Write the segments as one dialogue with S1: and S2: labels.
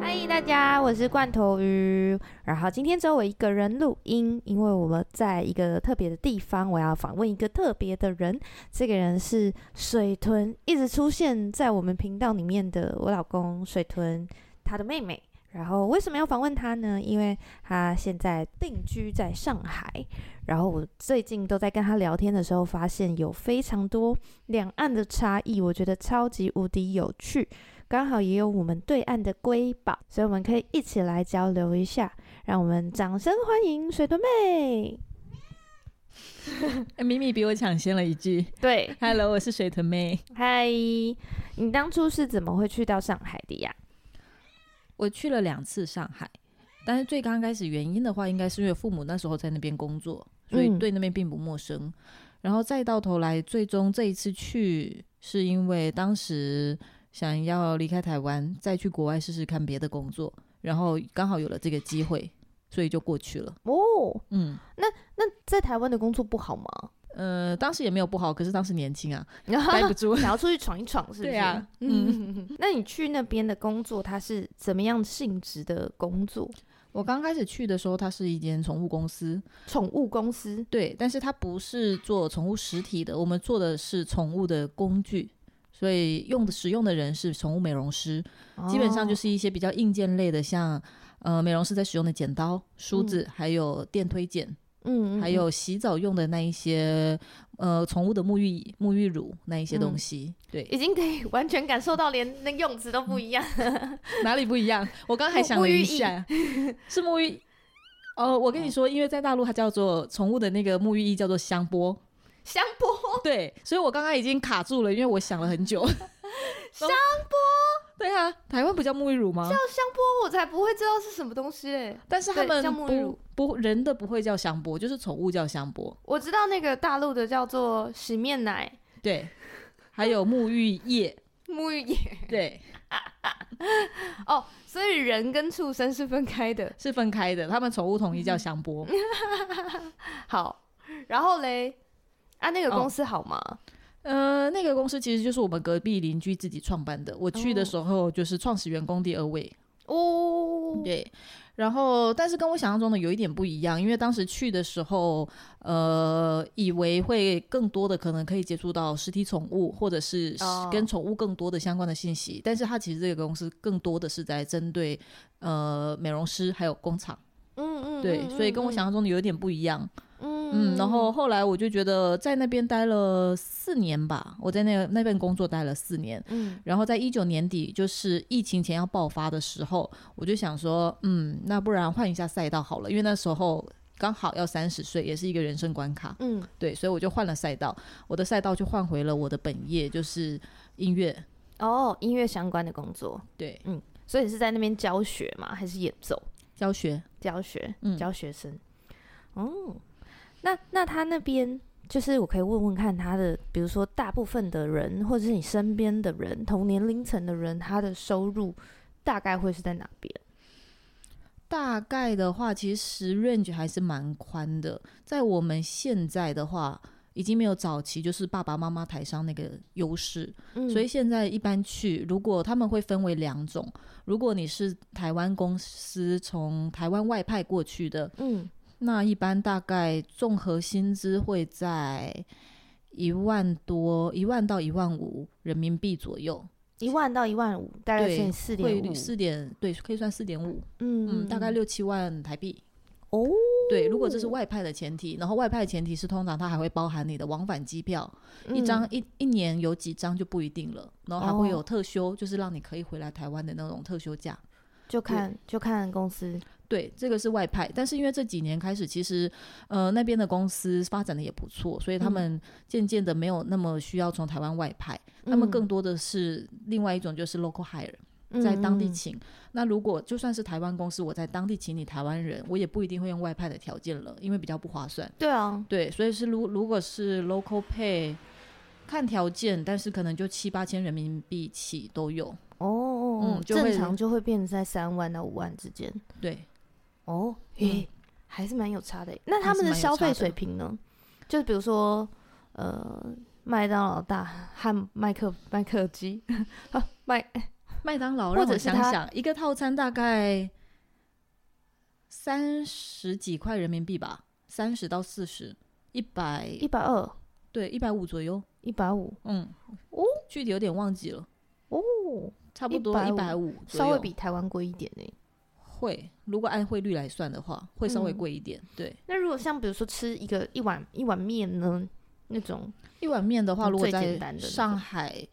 S1: 嗨，大家，我是罐头鱼。然后今天只有我一个人录音，因为我们在一个特别的地方，我要访问一个特别的人。这个人是水豚，一直出现在我们频道里面的我老公水豚，他的妹妹。然后为什么要访问他呢？因为他现在定居在上海。然后我最近都在跟他聊天的时候，发现有非常多两岸的差异，我觉得超级无敌有趣。刚好也有我们对岸的瑰宝，所以我们可以一起来交流一下。让我们掌声欢迎水豚妹。
S2: 哎，米米比我抢先了一 句
S1: 对，
S2: ：“Hello，我是水豚妹。
S1: 嗨，你当初是怎么会去到上海的呀？”
S2: 我去了两次上海，但是最刚开始原因的话，应该是因为父母那时候在那边工作，所以
S1: 嗯
S2: 对那边并不陌生。然后再到头来，最终这一次去是因为当时想要离开台湾，再去国外试试看别的工作，然后刚好有了这个机会，所以就过去了。
S1: 哦，
S2: 嗯，
S1: 那在台湾的工作不好吗？
S2: 呃，当时也没有不好，可是当时年轻 啊，待 不住。
S1: 想要出去闯一闯，是不是？
S2: 对啊，
S1: 嗯。 那你去那边的工作，它是怎么样性质的工作？
S2: 我刚开始去的时候，它是一间宠物公司，
S1: 宠物公司
S2: 对，但是它不是做宠物实体的，我们做的是宠物的工具，所以用的使用的人是宠物美容师，基本上就
S1: 哦
S2: 是一些比较硬件类的，像呃美容师在使用的剪刀、梳子，还有电推剪，
S1: 嗯嗯，嗯
S2: 还有洗澡用的那一些呃宠物的沐浴沐浴乳那一些
S1: 嗯
S2: 东西。
S1: 已
S2: 对，
S1: 经可以完全感受到，连那用词都不一 样。
S2: 哪里不一样？我刚还
S1: 沐
S2: 想了
S1: 沐浴
S2: 一
S1: 液
S2: 下，是沐浴。哦，我跟你说，因为在大陆它叫做宠物的那个沐浴液叫做香波，
S1: 香波，
S2: 对，所以我刚刚已经卡住了，因为我想了很久。
S1: 香
S2: 波，对啊，台湾不叫沐浴乳吗？
S1: 叫香波，我才不会知道是什么东西嘞。
S2: 但是他
S1: 对
S2: 们
S1: 叫沐浴
S2: 不
S1: 乳
S2: 不人的不会叫香波，就是宠物叫香波。
S1: 我知道那个大陆的叫做洗面奶、
S2: 对，还有沐浴液。
S1: 沐浴液
S2: 对，
S1: 哦， 所以人跟畜生是分开的。
S2: 是分开的。他们宠物统一叫香波。
S1: 嗯好，然后嘞，啊，那个
S2: 哦
S1: 公司好吗？
S2: 呃，那个公司其实就是我们隔壁邻居自己创办的。我去的时候就是创始员工第二位，
S1: 哦，
S2: 对，然后但是跟我想象中的有一点不一样，因为当时去的时候，呃，以为会更多的可能可以接触到实体宠物，或者是是
S1: 哦
S2: 跟宠物更多的相关的信息，但是它其实这个公司更多的是在针对呃美容师还有工厂，
S1: 嗯嗯，
S2: 对，
S1: 嗯
S2: 所以跟我，想象中的有一点不一样。
S1: 嗯
S2: 嗯，然后后来我就觉得在那边待了四年吧，我在那个那份工作待了四年，
S1: 嗯，
S2: 然后在一九年底，就是疫情前要爆发的时候，我就想说，嗯，那不然换一下赛道好了，因为那时候刚好要三十岁，也是一个人生关卡，
S1: 嗯
S2: 对，所以我就换了赛道，我的赛道就换回了我的本业，就是音乐，
S1: 哦，音乐相关的工作，
S2: 对，
S1: 所以是在那边教学吗？还是演奏？
S2: 教学。
S1: 教学，
S2: 嗯
S1: 教学生。哦，那那他那边就是我可以问问看他的，比如说大部分的人，或者是你身边的人，同年龄层的人，他的收入大概会是在哪边？
S2: 大概的话，其实 range 还是蛮宽的。在我们现在的话，已经没有早期就是爸爸妈妈台上那个优势，
S1: 嗯
S2: 所以现在一般去，如果他们会分为两种，如果你是台湾公司从台湾外派过去的，
S1: 嗯，
S2: 那一般大概综合薪资会在一万多、一万到一万五人民币左右，
S1: 一万到一万五，大概
S2: 对
S1: 是四
S2: 汇
S1: 点五
S2: 率，四点对，可以算四点五，
S1: 嗯
S2: 嗯，大概六七万台币。
S1: 哦，
S2: 对，如果这是外派的前提，然后外派的前提是通常它还会包含你的往返机票，一张
S1: 嗯
S2: 一一年有几张就不一定了，然后还
S1: 哦
S2: 会有特休，就是让你可以回来台湾的那种特休假。
S1: 就看就看公司，
S2: 对，这个是外派，但是因为这几年开始，其实呃那边的公司发展的也不错，所以他
S1: 嗯
S2: 们渐渐的没有那么需要从台湾外派，他们
S1: 嗯
S2: 更多的是另外一种就是 local hire，在当地
S1: 嗯
S2: 请。那如果就算是台湾公司，我在当地请你台湾人，我也不一定会用外派的条件了，因为比较不划算。
S1: 对啊，
S2: 对，所以是如如果是 local pay，看条件，但是可能就七八千人民币起都有。
S1: 哦哦，哦
S2: 嗯就
S1: 正
S2: 会
S1: 常就会变成在三万到五万之间。
S2: 对，
S1: 哦，诶、
S2: 嗯
S1: 还是蛮有差的耶。那他
S2: 还
S1: 们
S2: 是
S1: 的
S2: 蛮有
S1: 消
S2: 差
S1: 费
S2: 的
S1: 水平呢？就是比如说，呃，麦当劳大汉麦克麦克鸡 啊，麦
S2: 麦当劳
S1: 或
S2: 让
S1: 者
S2: 我
S1: 是
S2: 想
S1: 它
S2: 想，一个套餐大概三十几块人民币吧，三十到四十，一百
S1: 一百二、
S2: 对一百五左右。
S1: 一百五
S2: 嗯，
S1: 哦，
S2: 具体有点忘记了，
S1: 哦，
S2: 差不多一百五，
S1: 稍微比台湾贵一点呢。
S2: 会，如果按汇率来算的话，会稍微
S1: 嗯
S2: 贵一点。对，
S1: 那如果像比如说吃一个一碗一碗面呢，那种
S2: 一碗面的话，
S1: 嗯
S2: 如果
S1: 最简
S2: 在
S1: 单的那
S2: 上
S1: 种
S2: 海，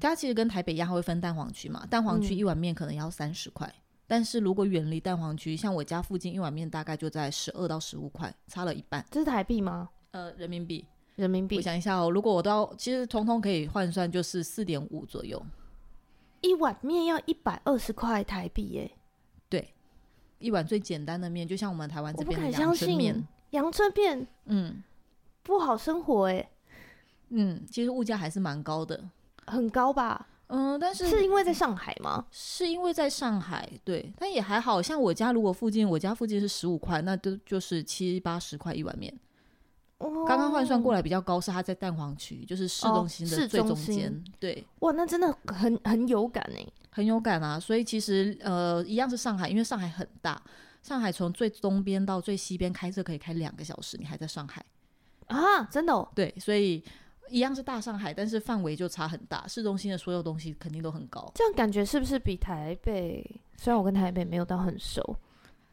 S2: 它其实跟台北一样，它会分蛋黄区嘛。蛋黄区
S1: 嗯
S2: 一碗面可能要三十块，但是如果远离蛋黄区，像我家附近一碗面大概就在十二到十五块，差了一半。
S1: 这是台币吗？
S2: 呃，人民币，
S1: 人民
S2: 我
S1: 币
S2: 想一下哦，如果我都要，其实通通可以换算，就是四点五左右。
S1: 一碗面要一百二十块台币耶，
S2: 一碗最简单的面，就像我们台湾
S1: 我
S2: 这
S1: 不
S2: 边
S1: 敢
S2: 的阳
S1: 相
S2: 春面
S1: 信，，阳春面
S2: 嗯
S1: 不好生活哎，
S2: 嗯，其实物价还是蛮高的，
S1: 很高吧？
S2: 嗯，但是
S1: 是因为在上海吗？
S2: 是因为在上海，对，但也还好像我家如果附近，我家附近是十五块，那都就是七八十块一碗面。
S1: 哦
S2: 刚刚换算过
S1: 来。
S2: 来比较高是它在蛋黄区，就是市
S1: 哦
S2: 中心
S1: 市
S2: 的最
S1: 中
S2: 中
S1: 心
S2: 间，对，
S1: 哇，那真的很很有感哎、
S2: 很有感啊。所以其实呃，一样是上海，因为上海很大，上海从最东边到最西边开车可以开两个小时，你还在上海，
S1: 啊，真的、哦，
S2: 对，所以一样是大上海，但是范围就差很大，市中心的所有东西肯定都很高。
S1: 这样感觉是不是比台北？虽然我跟台北没有到很熟，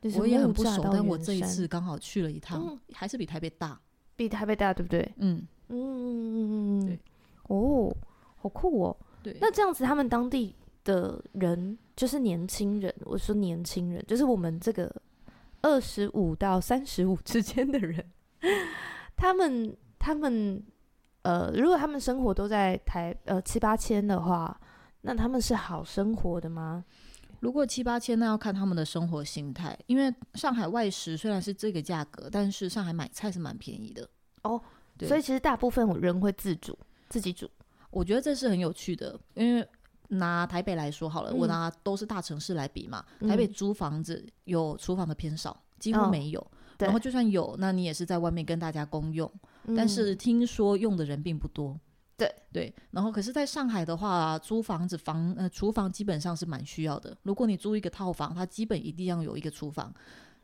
S1: 就是
S2: 我也很
S1: 木
S2: 不
S1: 栅
S2: 熟，
S1: 到
S2: 但我
S1: 圆
S2: 这一
S1: 山
S2: 次刚好去了一趟，
S1: 嗯
S2: 还是比台北大。
S1: 比台北大，对不对？
S2: 嗯，
S1: 嗯，
S2: 对，
S1: 哦，好酷哦。
S2: 对。
S1: 那这样子，他们当地的人就是年轻人，我说年轻人，就是我们这个二十五到三十五之间的人， 他们他们呃，如果他们生活都在台呃七八千的话，那他们是好生活的吗？
S2: 如果七八千，那要看他们的生活形态，因为上海外食虽然是这个价格，但是上海买菜是蛮便宜的。对
S1: 所以其实大部分人会自主自己煮，
S2: 我觉得这是很有趣的，因为拿台北来说好了，
S1: 嗯
S2: 我拿都是大城市来比嘛，
S1: 嗯
S2: 台北租房子有厨房的偏少，几乎
S1: 嗯
S2: 没有。
S1: 对
S2: 然后就算有，那你也是在外面跟大家公用，
S1: 嗯
S2: 但是听说用的人并不多。
S1: 对
S2: 对，然后可是，在上海的话，租房子房呃厨房基本上是蛮需要的。如果你租一个套房，它基本一定要有一个厨房。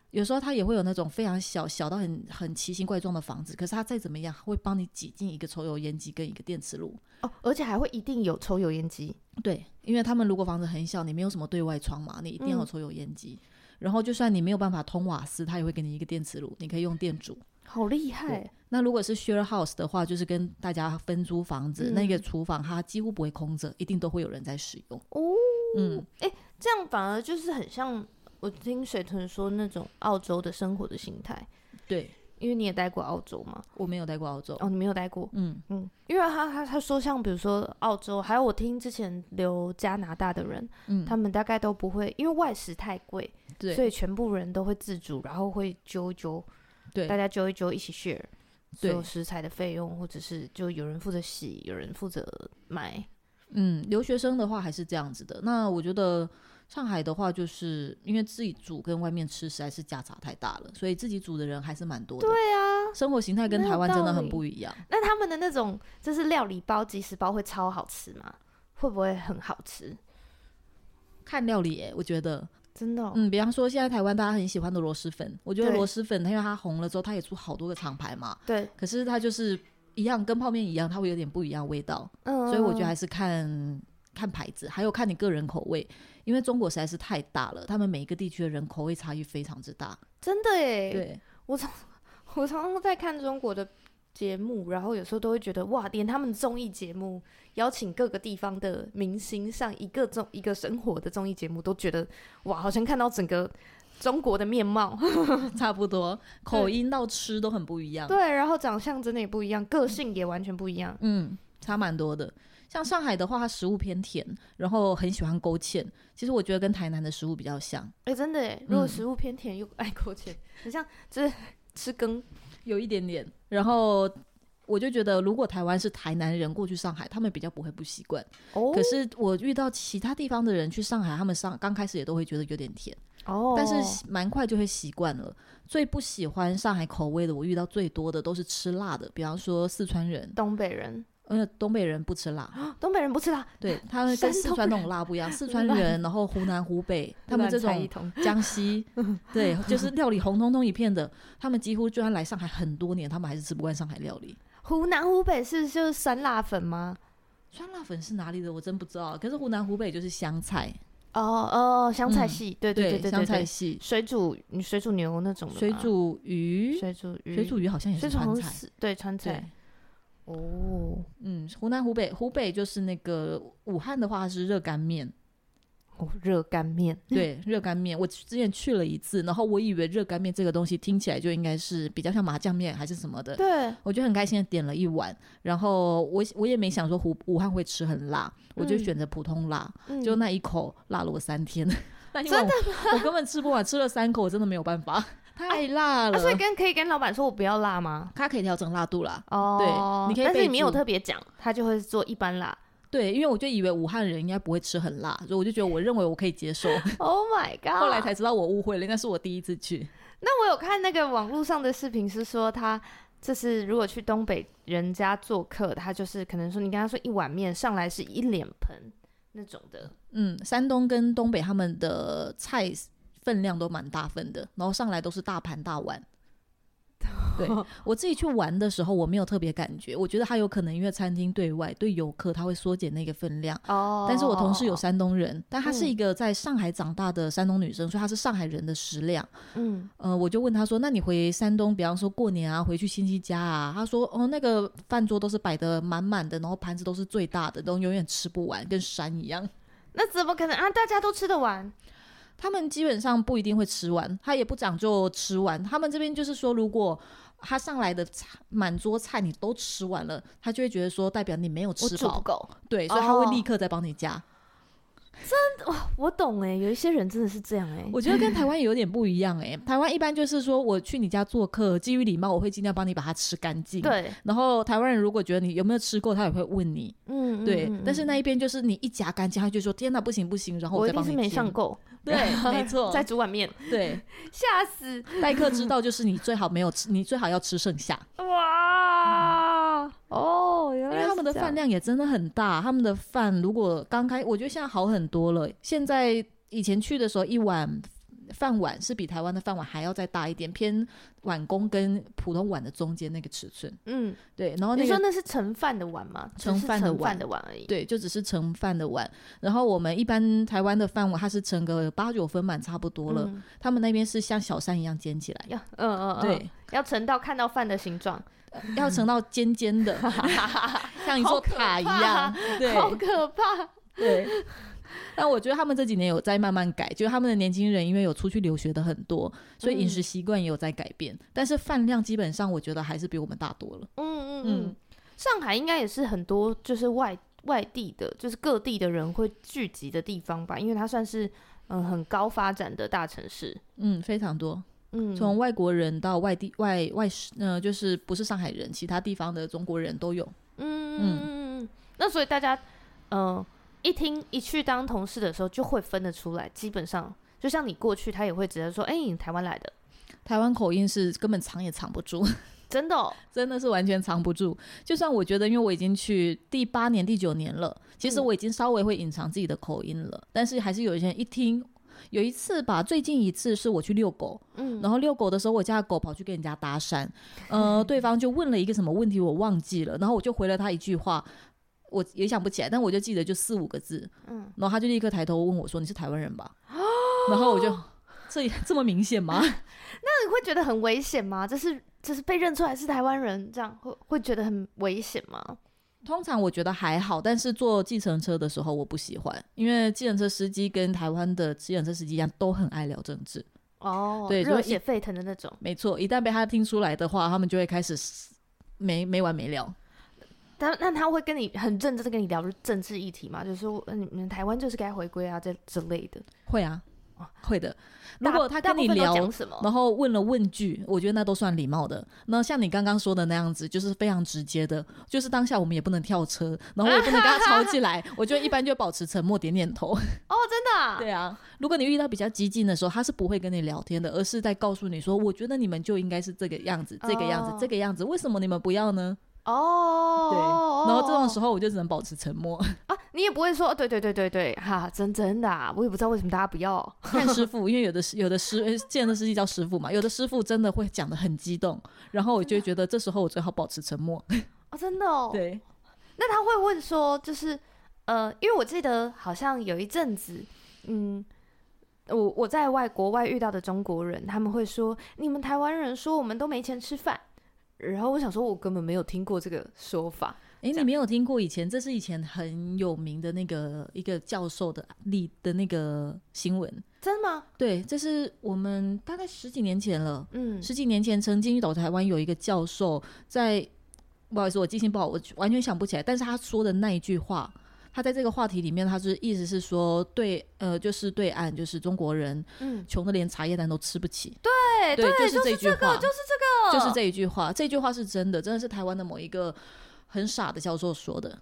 S2: 有时候它也会有那种非常小小到很很奇形怪状的房子，可是它再怎么样会帮你挤进一个抽油烟机跟一个电磁炉。
S1: 哦，而且还会一定有抽油烟机，
S2: 对，因为他们如果房子很小，你没有什么对外窗嘛，你一定要有
S1: 嗯
S2: 抽油烟机。然后就算你没有办法通瓦斯，它也会给你一个电磁炉，你可以用电煮。
S1: 好厉害，
S2: 那如果是 share house 的话，就是跟大家分租房子，那
S1: 嗯
S2: 个厨房它几乎不会空着，一定都会有人在使用。
S1: 哦，
S2: 嗯，
S1: 这样反而就是很像我听水豚说那种澳洲的生活的心态，
S2: 对，
S1: 因为你也待过澳洲嘛，
S2: 我没有待过澳洲。
S1: 哦，你没有待过，
S2: 嗯，
S1: 嗯，因为他他他说像比如说澳洲，还有我听之前留加拿大的人，
S2: 嗯
S1: 他们大概都不会，因为外食太贵，
S2: 对
S1: 所以全部人都会自煮，然后会揪一揪，
S2: 对
S1: 大家揪一揪一起 share。所
S2: 对
S1: 有食材的费用，或者是就有人负责洗，有人负责买，
S2: 嗯，留学生的话还是这样子的。那我觉得上海的话，就是因为自己煮跟外面吃实在是价差太大了，所以自己煮的人还是蛮多的。对啊，生活形态跟
S1: 没有
S2: 台湾真的
S1: 道
S2: 很
S1: 理
S2: 不一样。
S1: 那他们的那种就是料理包、即食包会超好吃吗？会不会很好吃？
S2: 嗯看料理、欸，我觉得，
S1: 真的、哦，
S2: 嗯，比方说现在台湾大家很喜欢的螺蛳粉，我觉得
S1: 对
S2: 螺蛳粉，因为它红了之后，它也出好多个厂牌嘛，
S1: 对，
S2: 可是它就是一样，跟泡面一样，它会有点不一样的味道，
S1: 嗯，
S2: 所以我觉得还
S1: 是
S2: 是看看牌子，还有看你个人口味，因为中国实在是太大了，他们每一个地区的人口味差异非常之大。
S1: 真的耶。，
S2: 对，
S1: 我常常在看中国的节目，然后有时候都会觉得哇，连他们综艺节目邀请各个地方的明星上一个综一个生活的综艺节目，都觉得哇，好像看到整个中国的面貌。
S2: 差不多，口音到吃都很不一样。
S1: 对，然后长相真的也不一样，个性也完全不一样。
S2: 嗯，差蛮多的。像上海的话，它食物偏甜，然后很喜欢勾芡。其实我觉得跟台南的食物比较像，
S1: 哎、真的哎，如果
S2: 嗯
S1: 食物偏甜又爱勾芡，很像就是吃羹。
S2: 有一点点。然后我就觉得，如果台湾是台南人过去上海，他们比较不会不习惯。
S1: 哦
S2: 可是我遇到其他地方的人去上海，他们上刚开始也都会觉得有点甜，
S1: 哦，
S2: 但是蛮快就会习惯了。最不喜欢上海口味的，我遇到最多的都是吃辣的，比方说四川人，
S1: 东北人，
S2: 呃，东北人不吃辣，
S1: 东北人不吃辣，
S2: 对他们
S1: 山
S2: 跟四
S1: 东
S2: 川那
S1: 人
S2: 种辣不一 样，四川
S1: 乱
S2: 人，然后湖南、湖 北，他们这
S1: 乱猜一
S2: 种
S1: 通
S2: 江 西，对，就是料理红彤彤一片的，他们几乎就算来上海很多年，他们还是吃不惯上海料理。
S1: 湖南湖北是就是酸辣粉吗？
S2: 酸辣粉是哪里的？我真不知道。啊可是湖南、湖北就是湘菜，
S1: 哦哦，香菜
S2: 嗯
S1: 系，对对对对
S2: 湘
S1: 对
S2: 菜
S1: 对，
S2: 系，
S1: 水煮水煮牛那种的吗，
S2: 水煮鱼，
S1: 水煮鱼，
S2: 水煮鱼好像也
S1: 水
S2: 是
S1: 煮好
S2: 川
S1: 像
S2: 菜。
S1: 是对川
S2: 对
S1: 菜，哦
S2: 嗯，湖南、湖北，湖北就是那个武汉的话是热 干面，
S1: 哦，热干面，
S2: 对，热干面，我之前去了一次，然后我以为热干面这个东西听起来就应该是比较像麻酱面还是什么的，
S1: 对，
S2: 我就很开心的点了一碗，然后我我也没想说湖武汉会吃很辣，我就
S1: 嗯
S2: 选择普通辣，
S1: 嗯
S2: 就那一口辣了我三天，那 一
S1: 真
S2: 碗 我我根本吃不完，吃了三口我真的没 有办法，太辣了，
S1: 啊，所以跟可以跟老板说我不要辣吗？
S2: 它可以调整辣度啦，
S1: 哦，
S2: 你可以
S1: 但是
S2: 备
S1: 你没有
S2: 注
S1: 特别讲，他就会做一般 辣。
S2: 对，因为我就以为武汉人应该不会吃很辣，所以我就觉得我认为我可以 接受，
S1: Oh my god！
S2: 后来才知道我误会了，那是我第一次去，
S1: 那我有看那个网络上的视频，是说他就是如果去东北人家做客，他就是可能说你跟他说一碗面上来是一脸盆那种的，
S2: 嗯，山东跟东北他们的菜分量都蛮大份的，然后上来都是大盘 大碗。对我自己去玩的时候，我没有特别感觉，我觉得它有可能因为餐厅对外对游客，它会缩减那个分量。
S1: 哦
S2: 但是我同事有，山东人，但她是
S1: 嗯
S2: 一个在上海长大的山东女生，所以她是上海人的食量。
S1: 嗯，
S2: 呃，我就问她说：“那你回山东，比方说过年啊，回去亲戚家啊？”她说：“哦，那个饭桌都是摆的满满的，然后盘子都是最大的，都永远吃不完，跟山一样。”
S1: 那怎么可能啊？大家都吃得完
S2: 他们基本上不一定会吃完，他也不讲究吃完。他们这边就是说，如果他上来的菜满桌菜你都吃完了，他就会觉得说代表你没有
S1: 我
S2: 吃
S1: 煮不
S2: 饱，
S1: 够，
S2: 对，所以他会
S1: 哦
S2: 立刻再帮你加。
S1: 我懂哎、有一些人真的是这样哎、
S2: 我觉得跟台湾有点不一样诶、台湾一般就是说我去你家做客，基于礼貌，我会尽量帮你把它吃干净。。
S1: 对，
S2: 然后台湾人如果觉得你有没有吃够，他也会问你，
S1: 嗯，
S2: 对。
S1: 嗯嗯
S2: 但是
S1: 嗯
S2: 那一边就是你一夹干净，他就说天哪，不行不行，然后
S1: 我一
S2: 再
S1: 定
S2: 帮你哦
S1: 是没
S2: 添
S1: 上够，
S2: 对， 没错，
S1: 再煮碗面，
S2: 对。
S1: 吓死
S2: 待客之道就是你最好没有吃，你最好要吃剩下，
S1: 哇！哦，原
S2: 因
S1: 来
S2: 为他们的
S1: 是这样
S2: 饭量也真的很大。他们的饭如果刚开，我觉得现在好很多了。现在以前去的时候，一碗饭碗是比台湾的饭碗还要再大一点，偏碗公跟普通碗的中间那个尺寸。
S1: 嗯，
S2: 对，然后那
S1: 你说
S2: 个。
S1: 那是盛饭的碗吗？只
S2: 盛
S1: 是
S2: 饭的
S1: 盛
S2: 碗
S1: 的碗而已。
S2: 对，就只是盛饭的碗，然后我们一般台湾的饭碗，它是盛个八九分满差不多了，
S1: 嗯
S2: 他们那边是像小山一样尖起来，
S1: 要嗯嗯嗯，
S2: 对，，
S1: 要盛到看到饭的形状，
S2: 呃要盛到尖尖 的，像一座
S1: 好可
S2: 塔一
S1: 怕啊
S2: 样，对，
S1: 好可怕。
S2: 对。但我觉得他们这几年有在慢慢改，就是他们的年轻人因为有出去留学的很多，所以饮
S1: 嗯
S2: 食习惯也有在改变。但是饭量基本上我觉得还是比我们大多了。
S1: 嗯嗯嗯
S2: 嗯，
S1: 上海应该也是很多就是外外地的，就是各地的人会聚集的地方吧，因为它算是嗯很高发展的大城市。
S2: 嗯，非常多，
S1: 嗯，
S2: 从外国人到外地外外市，呃，就是不是上海人，其他地方的中国人都有。
S1: 嗯嗯嗯嗯，那所以大家嗯、呃一听一去当同事的时候就会分得出来，基本上。就像你过去，他也会直接说：“哎、你台湾来的，
S2: 台湾口音是根本藏也藏不住，
S1: 真的、哦。
S2: 真的是完全藏不住。就算我觉得，因为我已经去第八年、第九年了，其实
S1: 嗯
S2: 我已经稍微会隐藏自己的口音了，但是还是有一些人一听。有一次吧，最近一次是我去遛狗，”
S1: 嗯，
S2: 然后遛狗的时候，我家的狗跑去跟人家搭讪， 呃，对方就问了一个什么问题，我忘记了，然后我就回了他一句话，我也想不起来，但我就记得就四五个字，
S1: 嗯，
S2: 然后他就立刻抬头问我说：“你是台湾人吧？” 然后我就这这么明显吗？
S1: 那你会觉得很危险吗？就是就是被认出来是台湾人，这样会会觉得很危险吗？
S2: 通常我觉得还好，但是坐计程车的时候我不喜欢，因为计程车司机跟台湾的计程车司机一样，都很爱聊政治。
S1: 哦，
S2: 对就
S1: 热
S2: 是
S1: 血
S2: 一
S1: 沸腾的那种。
S2: 没错，一旦被他听出来的话，他们就会开始没没完没了。
S1: 但那他会跟你很认真的跟你聊政治议题嘛？就是说呃你们台湾就是该回归啊，这之类的。
S2: 会啊
S1: 哇，
S2: 会的。
S1: 哦大
S2: 如果他
S1: 大
S2: 跟
S1: 部
S2: 你
S1: 分都
S2: 聊，
S1: 讲什么？
S2: 然后问了问句，我觉得那都算礼貌的。那像你刚刚说的那样子，就是非常直接的，就是当下我们也不能跳车，然后我也不能跟他吵起来， 我就一般就保持沉默，点点头。
S1: 哦，真的啊、
S2: 对啊，如果你遇到比较激进的时候，他是不会跟你聊天的，而是在告诉你说，我觉得你们就应该是这个样子，这个样子，
S1: 哦
S2: 这个样子，为什么你们不要呢？
S1: 哦，哦
S2: 然后这种时
S1: 候
S2: 候我就只能保持 沉默，
S1: 啊，你也不会说，哦对对对对对，哈，真真的、啊，我也不知道为什么大家不要。
S2: 看师傅，因为有的师有的师呃见的师弟叫师傅嘛，有的师傅真的会讲的很激动，然后我就会觉得这时候我最好保持沉默。
S1: 哦，真的哦。
S2: 对。
S1: 那他会问说，就是呃，因为我记得好像有一阵子，嗯，我我在外国外遇到的中国人，他们会说你们台湾人说我们都没钱吃饭，然后我想说，我根本没有听过这个说法。
S2: 诶，
S1: 这
S2: 你
S1: 样
S2: 没有听过以前，这是以前很有名的那个一个教授的例的那个新闻。
S1: 真的吗？
S2: 对，这是我们大概十几年前了，
S1: 嗯，
S2: 十几年前曾经到台湾有一个教授在，不好意思，我记性不好，我完全想不起来。但是他说的那一句话，他在这个话题里面，他是意思是说对，呃，就是对岸就是中国人
S1: 嗯，
S2: 穷的连茶叶蛋都吃不起。
S1: 对
S2: 对就是
S1: 就
S2: 这句
S1: 个，
S2: 话
S1: 就是这个，
S2: 就是这一句话，这句话是真的，真的是台湾的某一个很傻的教授说的，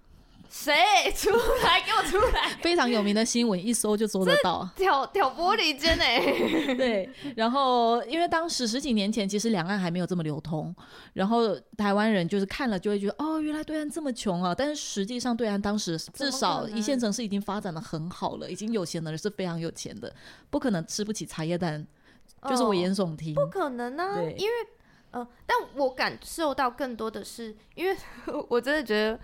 S1: 谁出来给我出来
S2: 非常有名的新闻，一搜就搜得到。
S1: 挑挑拨离间哎！
S2: 对，然后因为当时十几年前，其实两岸还没有这么流通，然后台湾人就是看了就会觉得，哦，原来对岸这么穷啊！但是实际上，对岸当时至
S1: 可
S2: 少
S1: 能
S2: 一线城市已经发展的很好了，已经有钱的人是非常有钱的，不可能吃不起茶叶蛋，就是危言耸听。
S1: 哦不可能啊，
S2: 对
S1: 因为呃，但我感受到更多的是，因为 我真的觉得，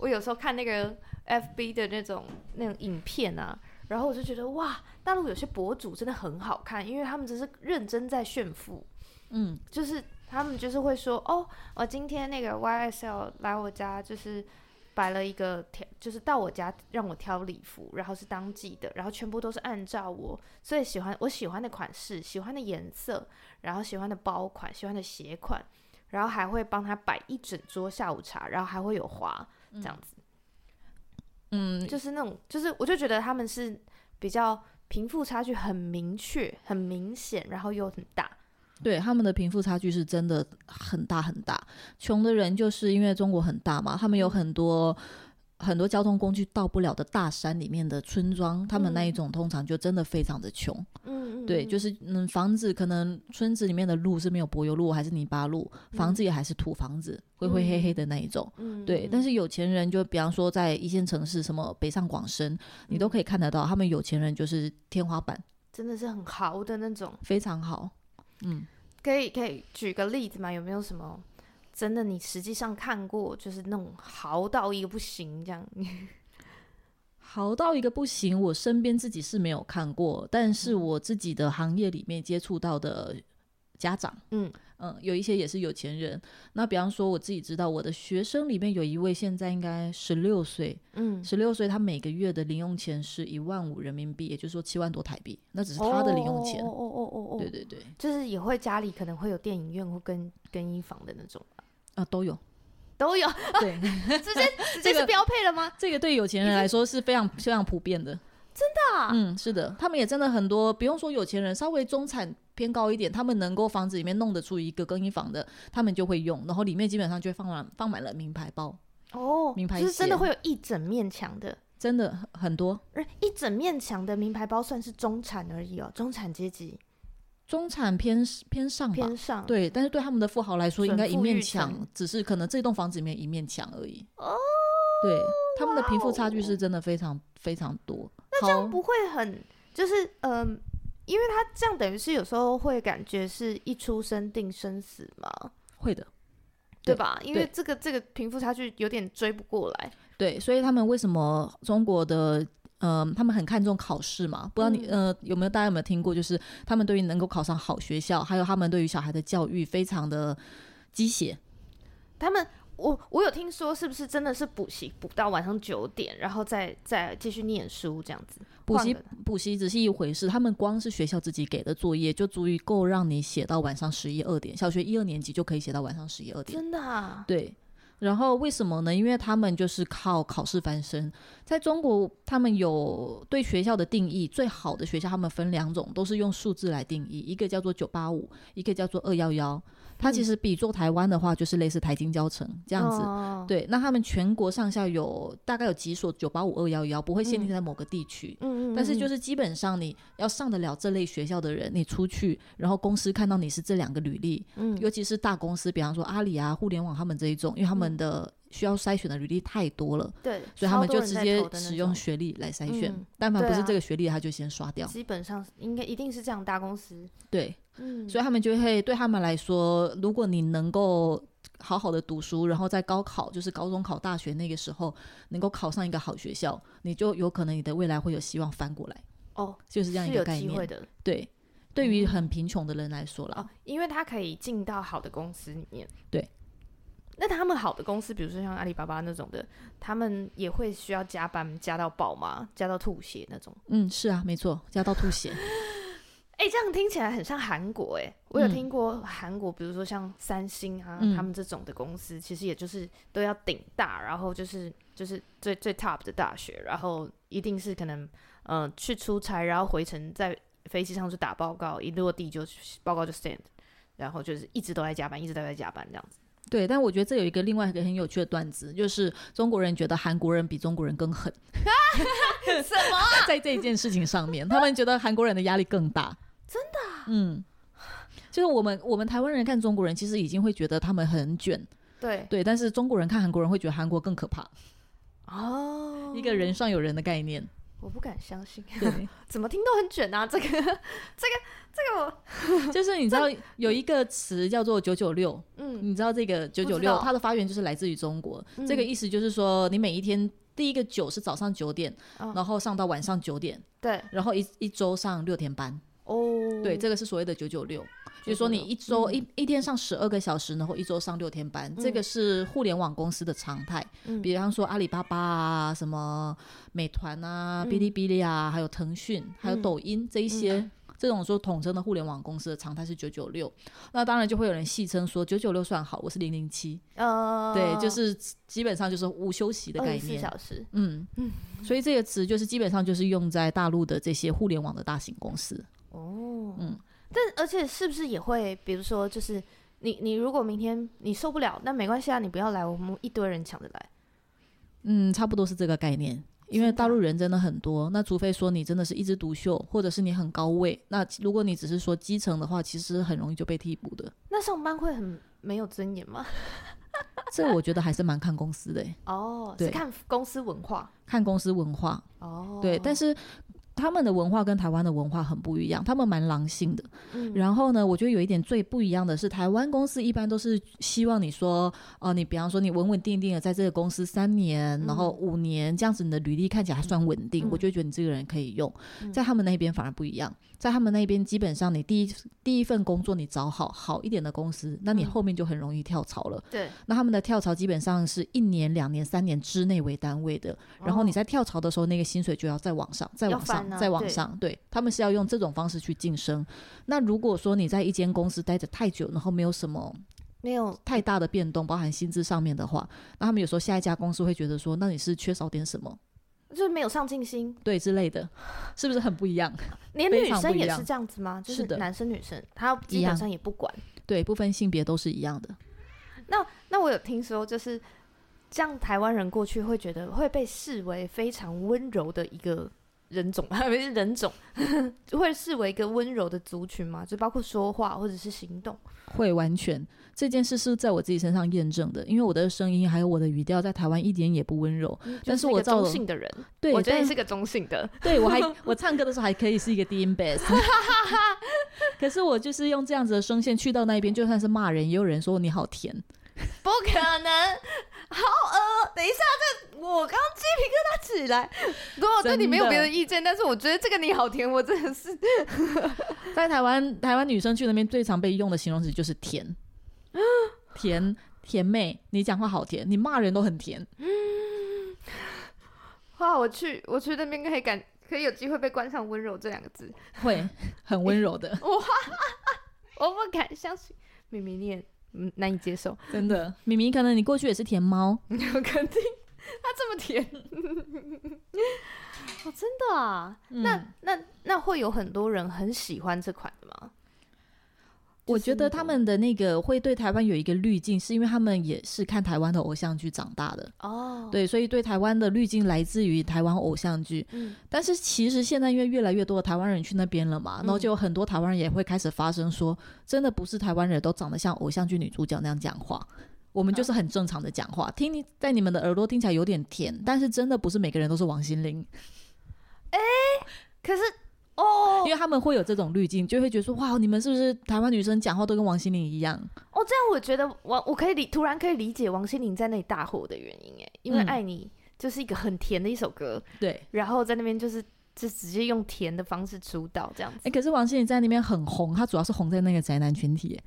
S1: 我有时候看那个 FB 的那种那种影片啊，然后我就觉得哇，大陆有些博主真的很好看，因为他们只是认真在炫富，
S2: 嗯，
S1: 就是他们就是会说哦，我今天那个 YSL 来我家就是。摆了一个挑，就是到我家让我挑礼服，然后是当季的，然后全部都是按照我最喜欢我喜欢的款式、喜欢的颜色，然后喜欢的包款、喜欢的鞋款，然后还会帮他摆一整桌下午茶，然后还会有花这样子，
S2: 嗯，
S1: 就是那种，就是我就觉得他们是比较贫富差距很明确、很明显，然后又很大。
S2: 对，他们的贫富差距是真的很大很大。穷的人就是因为中国很大嘛，他们有
S1: 嗯
S2: 很多很多交通工具到不了的大山里面的村庄，他们那一种通常就真的非常的穷。
S1: 嗯
S2: 对，就是是嗯，房子可能村子里面的路是没有柏油路，还是泥巴路，房
S1: 嗯
S2: 子也还是土房子，灰灰黑黑的那一种。
S1: 嗯
S2: 对，但是有钱人就比方说在一线城市，什么北上广深，你
S1: 嗯
S2: 都可以看得到，他们有钱人就是天花板
S1: 真的是很豪的那种。
S2: 非常好。嗯，
S1: 可以可以举个例子吗？有没有什么真的你实际上看过，就是那种豪到一个不行这样？
S2: 好到一个不行，我身边自己是没有看过，但是
S1: 嗯
S2: 我自己的行业里面接触到的家长，
S1: 嗯
S2: 嗯，有一些也是有钱人。那比方说，我自己知道我的学生里面有一位现在应该十六岁，
S1: 嗯，
S2: 十六岁他每个月的零用钱是一万五人民币，也就是说七万多台币，那只是他的零用钱。
S1: 哦哦哦哦哦，哦
S2: 对，对对，
S1: 就是也会家里可能会有电影院或更更衣房的那种。
S2: 啊都有。
S1: 都有，
S2: 对，
S1: 直接直接是 标配了吗？
S2: 这个对有钱人来说是非常非常普遍的。真
S1: 的啊
S2: 嗯，是的，他们也真的很多，不用说有钱人，稍微中产偏高一点，他们能够房子里面弄得出一个更衣房的，他们就会用，然后里面基本上就会放满放满了名牌包，
S1: 哦
S2: 名牌
S1: 就是真的
S2: 鞋
S1: 会有一整面墙的，
S2: 真的很很多。
S1: 而一整面墙的名牌包算是中产而已哦，中产阶级
S2: 中产偏偏上吧
S1: 偏，上。，
S2: 嗯对，但是对他们的富豪来说，
S1: 准
S2: 应该一
S1: 富裕
S2: 面
S1: 层
S2: 墙，只是可能这栋房子里面一面墙而已。
S1: 哦，
S2: 对，他们的贫富差距
S1: 哇哦
S2: 是真的非常非常多。
S1: 那这
S2: 好
S1: 样不会很就是嗯、因为他这样等于是有时候会感觉是一出生定生死嘛，
S2: 会的，
S1: 对
S2: 对
S1: 吧？因为这个这个贫富差距有点追不过来。
S2: 对，所以他们为什么中国的？呃，他们很看重考试嘛，不知道你、呃有没有大家有没有听过，就是他们对于能够考上好学校，还有他们对于小孩的教育非常的鸡血，
S1: 他们，我我有听说，是不是真的是补习补到晚上九点，然后再再继续念书这样子？
S2: 补
S1: 换
S2: 习
S1: 个
S2: 补习只是一回事，他们光是学校自己给的作业就足以够让你写到晚上十一二点，小学一二年级就可以写到晚上十一二点。
S1: 真的啊？
S2: 对，然后为什么呢？因为他们就是靠考试翻身。在中国，他们有对学校的定义，最好的学校他们分两种，都是用数字来定义，一个叫做九八五，一个叫做二幺幺。
S1: 嗯
S2: 它其实比作台湾的话，就是类似台金教程这
S1: 这
S2: 样子。
S1: 子，
S2: 对，那他们全国上下有大概有几所九八五、二幺幺，不会限定在某个地区。
S1: 嗯嗯，
S2: 但是就是是基本上你要上得了这类学校的人，你出去，然后公司看到你是这两个履历，
S1: 嗯
S2: 尤其是大公司，比方说阿里啊、互联网他们这一种，因为他们的需要筛选的履历太多了，
S1: 对，
S2: 所以他
S1: 嗯
S2: 们
S1: 超多
S2: 就
S1: 人
S2: 直
S1: 在
S2: 接
S1: 投的那
S2: 使用
S1: 种
S2: 学历来筛选。
S1: 嗯
S2: 但凡不是
S1: 对啊
S2: 这个学历，他就先刷掉。
S1: 基本上是应该一定是这样，大公司，
S2: 对，
S1: 嗯，
S2: 所以他们就会对他们来说，如果你能够好好的读书，然后在高考，就是高中考大学那个时候，能够考上一个好学校，你就有可能你的未来会有希望翻过来，
S1: 哦
S2: 就是这样
S1: 是
S2: 一
S1: 有
S2: 个概
S1: 机会
S2: 念。
S1: 的嗯
S2: 对，对于很贫穷的人来说
S1: 哦，
S2: 啦，
S1: 因为他可以进到好的公司里面，
S2: 对。
S1: 那他们好的公司，比如说像阿里巴巴那种的，他们也会需要加班加到爆吗？加到吐血那种？
S2: 嗯，是啊，没错，加到吐血。
S1: 哎、这样听起来很像韩国哎、我有
S2: 嗯
S1: 听过韩国，比如说像三星啊，
S2: 嗯
S1: 他们这种的公司，其实也就是都要顶大，然后就是就是最最 top 的大学，然后一定是可能呃去出差，然后回程在飞机上去打报告，一落地就报告就 stand，然后就是一直都在加班，一直都在加班这样子。
S2: 对，但我觉得这有一个另外一个很有趣的段子，就是中国人觉得韩国人比中国人更狠。
S1: 什么？
S2: 在这一件事情上面，他们觉得韩国人的压力更大，真的、嗯，就是我们我们台湾人看中国人，其实已经会觉得他们很卷，
S1: 对，
S2: 对，但是中国人看韩国人会觉得韩国更可怕，
S1: 哦，
S2: 一个人上有人的概念，
S1: 我不敢相信，
S2: 对，
S1: 怎么听都很卷啊！这个这个这个我，
S2: 就是你知道有一个词叫做九九六，
S1: 嗯，
S2: 你知道这个九九
S1: 不知
S2: 六
S1: 道
S2: 它的发源就是来自于中国，这个
S1: 嗯
S2: 意思就是说你每一天。第一个九是早上九点，
S1: 哦
S2: 然后上到晚上九点，
S1: 对
S2: 然后一一周上六天班，
S1: 哦，
S2: 对，这个是所谓的九九六，就是说你一周、
S1: 嗯
S2: 一一天上十二个小时，然后一周上六天班，这个是互联网公司的常态。
S1: 嗯
S2: 比方说阿里巴巴啊、什么美团啊、
S1: 嗯
S2: 哔哩哔哩啊，还有腾讯、还有抖音这一些。这种说统称的互联网公司的常态是九九六，那当然就会有人戏称说九九六算好，我是零零七，
S1: 呃，
S2: 对，就是基本上就是无休息的概
S1: 四
S2: 念，
S1: 小时。
S2: 嗯，所以这个词就是基本上就是用在大陆的这些互联网的大型公司，
S1: 哦，
S2: 嗯，
S1: 但而且是不是也会，比如说，就是你你如果明天你受不了，那没关系啊，你不要来，我们一堆人抢着来。
S2: 嗯，差不多是这个概念。因为
S1: 真的
S2: 大陆人真的很多，那除非说你真的是一枝独秀，或者是你很高位，那如果你只是说基层的话，其实很容易就被替补的。
S1: 那上班会很没有尊严吗？
S2: 这我觉得还是蛮看公司的欸，
S1: 哦，
S2: 对
S1: 是看公司文化。
S2: 看公司文化。
S1: 哦，
S2: 对，但
S1: 是
S2: 是他们的文化跟台湾的文化很不一样，他们蛮狼性的。
S1: 嗯
S2: 然后呢，我觉得有一点最不一样的是，台湾公司一般都是希望你说，哦，你比方说你稳稳定定的在这个公司三年，然后五年这样子，你的履历看起来还算稳定，
S1: 嗯
S2: 我就会觉得你这个人可以用。
S1: 嗯
S2: 在他们那边反而不一样，在他们那边基本上你第一第一份工作你找好好一点的公司，那你
S1: 嗯
S2: 后面就很容易跳槽了。
S1: 对，
S2: 那他们的跳槽基本上是一年、两年、三年之内为单位的，然后你在跳槽的时候，那个薪水就要再往上，再
S1: 哦要
S2: 往上
S1: 翻，啊
S2: 再往
S1: 对
S2: 上。对，他们是要用这种方式去晋升。那如果说你在一间公司待着太久，然后没有什么
S1: 没有
S2: 太大的变动，包含薪资上面的话，那他们有时候下一家公司会觉得说，那你是缺少点什么，
S1: 就是没有上进心，
S2: 对之类的，是不是很不一样？
S1: 连
S2: 非
S1: 女
S2: 常
S1: 生
S2: 不一
S1: 也
S2: 样
S1: 是这样子吗？就是
S2: 的
S1: 男生女生，他
S2: 一
S1: 基
S2: 样
S1: 本上也不管。
S2: 对，不分性别都是一样的。
S1: 那我有听说，就是这样，台湾人过去会觉得会被视为非常温柔的一个人种， 还不是人种，会视为一个温柔的族群嘛？就包括说话或者是行动。
S2: 会完全这件事是在我自己身上验证的，因为我的声音还有我的语调在台湾一点也不温柔，嗯但
S1: 就是
S2: 是我
S1: 一个
S2: 照
S1: 中
S2: 了
S1: 性的人，
S2: 对，
S1: 我觉得
S2: 但
S1: 你是个中性的。
S2: 对我还 我唱歌的时候还可以是一个低音 bass，可是我就是用这样子的声线去到那边，就算是骂人，也有人说你好甜。
S1: 不可能，好恶！等一下，这我刚鸡皮疙瘩起来。如果我对你没有别的意见，但是我觉得这个你好甜，我真的是
S2: 在台湾，台湾女生去那边最常被用的形容词就是 甜，甜甜妹，你讲话好甜，你骂人都很甜。
S1: 哇！我去，我去那边可以感，可以有机会被冠上温柔这两个字。，
S2: 会很温柔的
S1: 我不敢相信，明明你也嗯难以接 受，
S2: 真的，米米，可能你过去也是甜猫，
S1: 我肯定他这么甜， 哦，真的啊？
S2: 嗯
S1: 那那那会有很多人很喜欢这款的吗？
S2: 我
S1: 就是那
S2: 觉得他
S1: 种
S2: 们的那个会对台湾有一个滤镜，是因为他们也是看台湾的偶像剧长大的，
S1: 哦，，
S2: 对，所以对台湾的滤镜来自于台湾偶像剧。
S1: 嗯，
S2: 但是其实现在因为越来越多的台湾人去那边了嘛，然后
S1: 嗯
S2: 就有很多台湾人也会开始发声说，真的不是台湾人都长得像偶像剧女主角那样讲话。我们
S1: 嗯
S2: 就是很正常的讲话，听你在你们的耳朵听起来有点甜，但是真的不是每个人都是王心凌，
S1: 可是哦
S2: 因为他们会有这种滤镜，就会觉得说哇，你们是不是台湾女生讲话都跟王心凌一样？
S1: 哦，这样我觉得我我可以理突然可以理解王心凌在那里大火的原因哎，因为《
S2: 嗯
S1: 爱你》就是一个很甜的一首歌，
S2: 对，
S1: 然后在那边就是就直接用甜的方式出道这样
S2: 哎、
S1: 子，
S2: 可是王心凌在那边很红，她主要是红在那个宅男群体耶。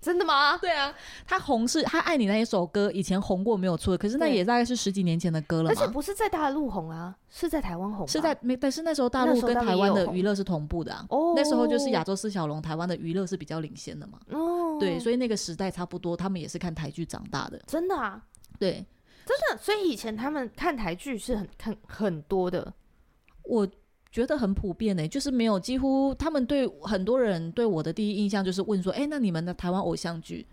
S1: 真的吗？
S2: 对啊，她红是她爱你那一首歌，以前红过没有错，可是那
S1: 对
S2: 也大概是十几年前的歌了
S1: 而且
S2: 嘛。
S1: 不是在大陆红啊，是在台湾红吧，
S2: 是在没，但是那时候大
S1: 那
S2: 陆
S1: 时候
S2: 跟
S1: 大陆
S2: 台
S1: 也
S2: 湾
S1: 有
S2: 的
S1: 红
S2: 娱乐是同步的、啊，
S1: 哦，
S2: 那时候就是亚洲四小龙，台湾的娱乐是比较领先的嘛。
S1: 哦，
S2: 对，所以那个时代差不多，他们也是看台剧长大的。
S1: 真的啊，
S2: 对，
S1: 真的，所以以前他们看台剧是很很很多的，
S2: 我觉得很普遍呢、就是没有几乎他们对很多人对我的第一印象就是问说，哎、那你们的台湾偶像剧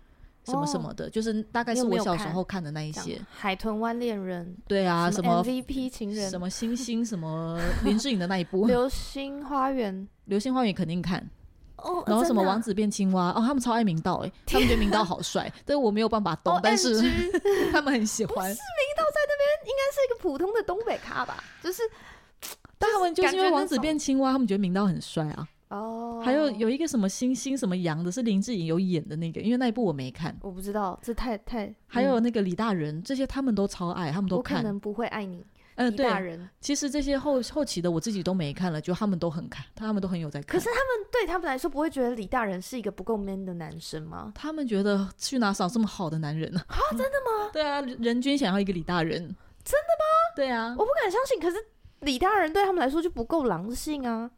S2: 什么什么的，就是大概
S1: 哦你
S2: 是
S1: 有没
S2: 我
S1: 有
S2: 小时
S1: 看
S2: 候看的那一
S1: 这
S2: 些
S1: 样。海豚湾恋人
S2: 对啊，什么
S1: MVP 情人
S2: 什、么星星什 么林志颖的那一部《
S1: 流星花园
S2: 流星花园》肯定看，
S1: 哦，
S2: 然后什么
S1: 真的啊
S2: 王子变青蛙哦，他们超爱明道哎、他们觉得明道好帅， 但是我没有办法
S1: 哦
S2: 懂，但
S1: OMG
S2: 是 他们很喜欢，
S1: 是一个普通的东北咖吧，就是
S2: 但他们就是因为
S1: 感觉
S2: 王
S1: 那
S2: 子
S1: 种
S2: 变青蛙，他们觉得明道很帅啊。
S1: 哦，
S2: 还有有一个什么星星什么羊的，是林志颖有演的那个，因为那一部我没看。
S1: 我不知道，这太太
S2: 还有
S1: 嗯
S2: 那个李大仁，这些他们都超爱，他们都
S1: 我可
S2: 看。
S1: 能不会爱你，
S2: 嗯、
S1: 一大
S2: 对，
S1: 人，
S2: 其实这些后后期的我自己都没看了，就他们都很看，他们都很有在
S1: 可
S2: 看。
S1: 是他们对他们来说不会觉得李大人是一个不够 man 的男生吗？
S2: 他们觉得去哪找这么好的男人呢、啊？真的吗？ 对啊，人均想要一个李大人，真的吗？对啊，
S1: 我不敢相信，可是李大人对他们来说就不够狼性啊，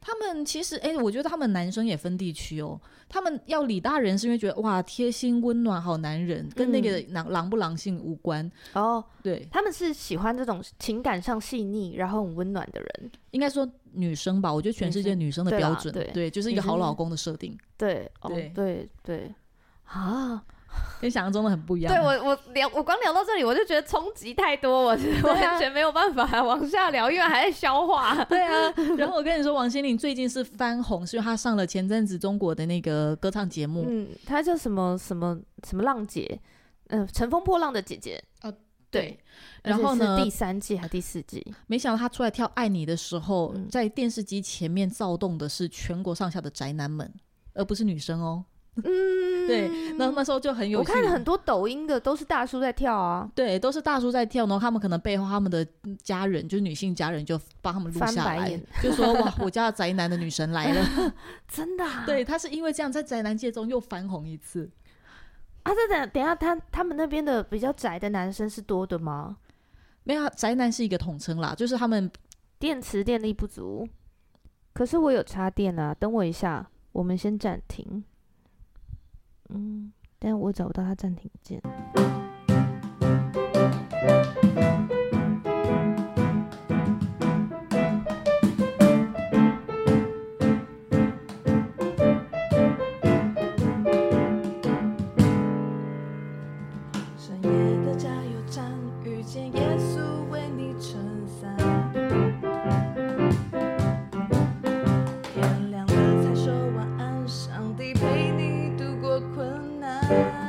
S2: 他们其实哎、我觉得他们男生也分地区哦。他们要李大人是因为觉得哇贴心温暖好男人，跟那
S1: 嗯
S2: 个狼、狼不狼性无关。
S1: 哦，
S2: 对，
S1: 他们是喜欢这种情感上细腻，然后很温暖的人。
S2: 应该说女生吧，我觉得全世界女生的
S1: 对啦
S2: 标准，
S1: 对
S2: 就是一个
S1: 女生
S2: 好老公的设定，
S1: 对，哦，
S2: 对
S1: 对对，啊，
S2: 跟想象中的很不一样。
S1: 对我我聊我光聊到这里，我就觉得冲击太多，我是
S2: 对啊
S1: 完全没有办法往下聊，因为还在消化。
S2: 对啊， 然后我跟你说，王心凌最近是翻红，是因为她上了前阵子中国的那个歌唱节目。
S1: 嗯，她叫什么什么什么浪姐，嗯、乘风破浪的姐姐。
S2: 哦，
S1: 对，
S2: 然后
S1: 而且是
S2: 呢
S1: 第，三季还第四季？
S2: 没想到她出来跳《爱你》的时候，
S1: 嗯
S2: 在电视机前面躁动的是全国上下的宅男们，而不是女生哦。
S1: 嗯，
S2: 对，那那时候就很有
S1: 我
S2: 趣
S1: 看了很多抖音的都是大叔在跳啊，
S2: 对，都是大叔在跳，然后他们可能背后他们的家人，就是女性家人，就帮他们录
S1: 翻
S2: 下
S1: 白
S2: 来
S1: 眼，
S2: 就说哇，我家的宅男的女神来了。
S1: 真的、啊。
S2: 对，他是因为这样在宅男界中又翻红一次。
S1: 啊，这等等一下，他他们那边的比较宅的男生是多的吗？
S2: 没有啊，宅男是一个统称啦，就是他们
S1: 电池电力不足。可是我有插电啊，等我一下，我们先暂停。嗯，但我找不到它暂停键。
S3: 深夜的加油站遇见耶稣为你撑伞，天亮了才说晚安，上帝陪你度过困难。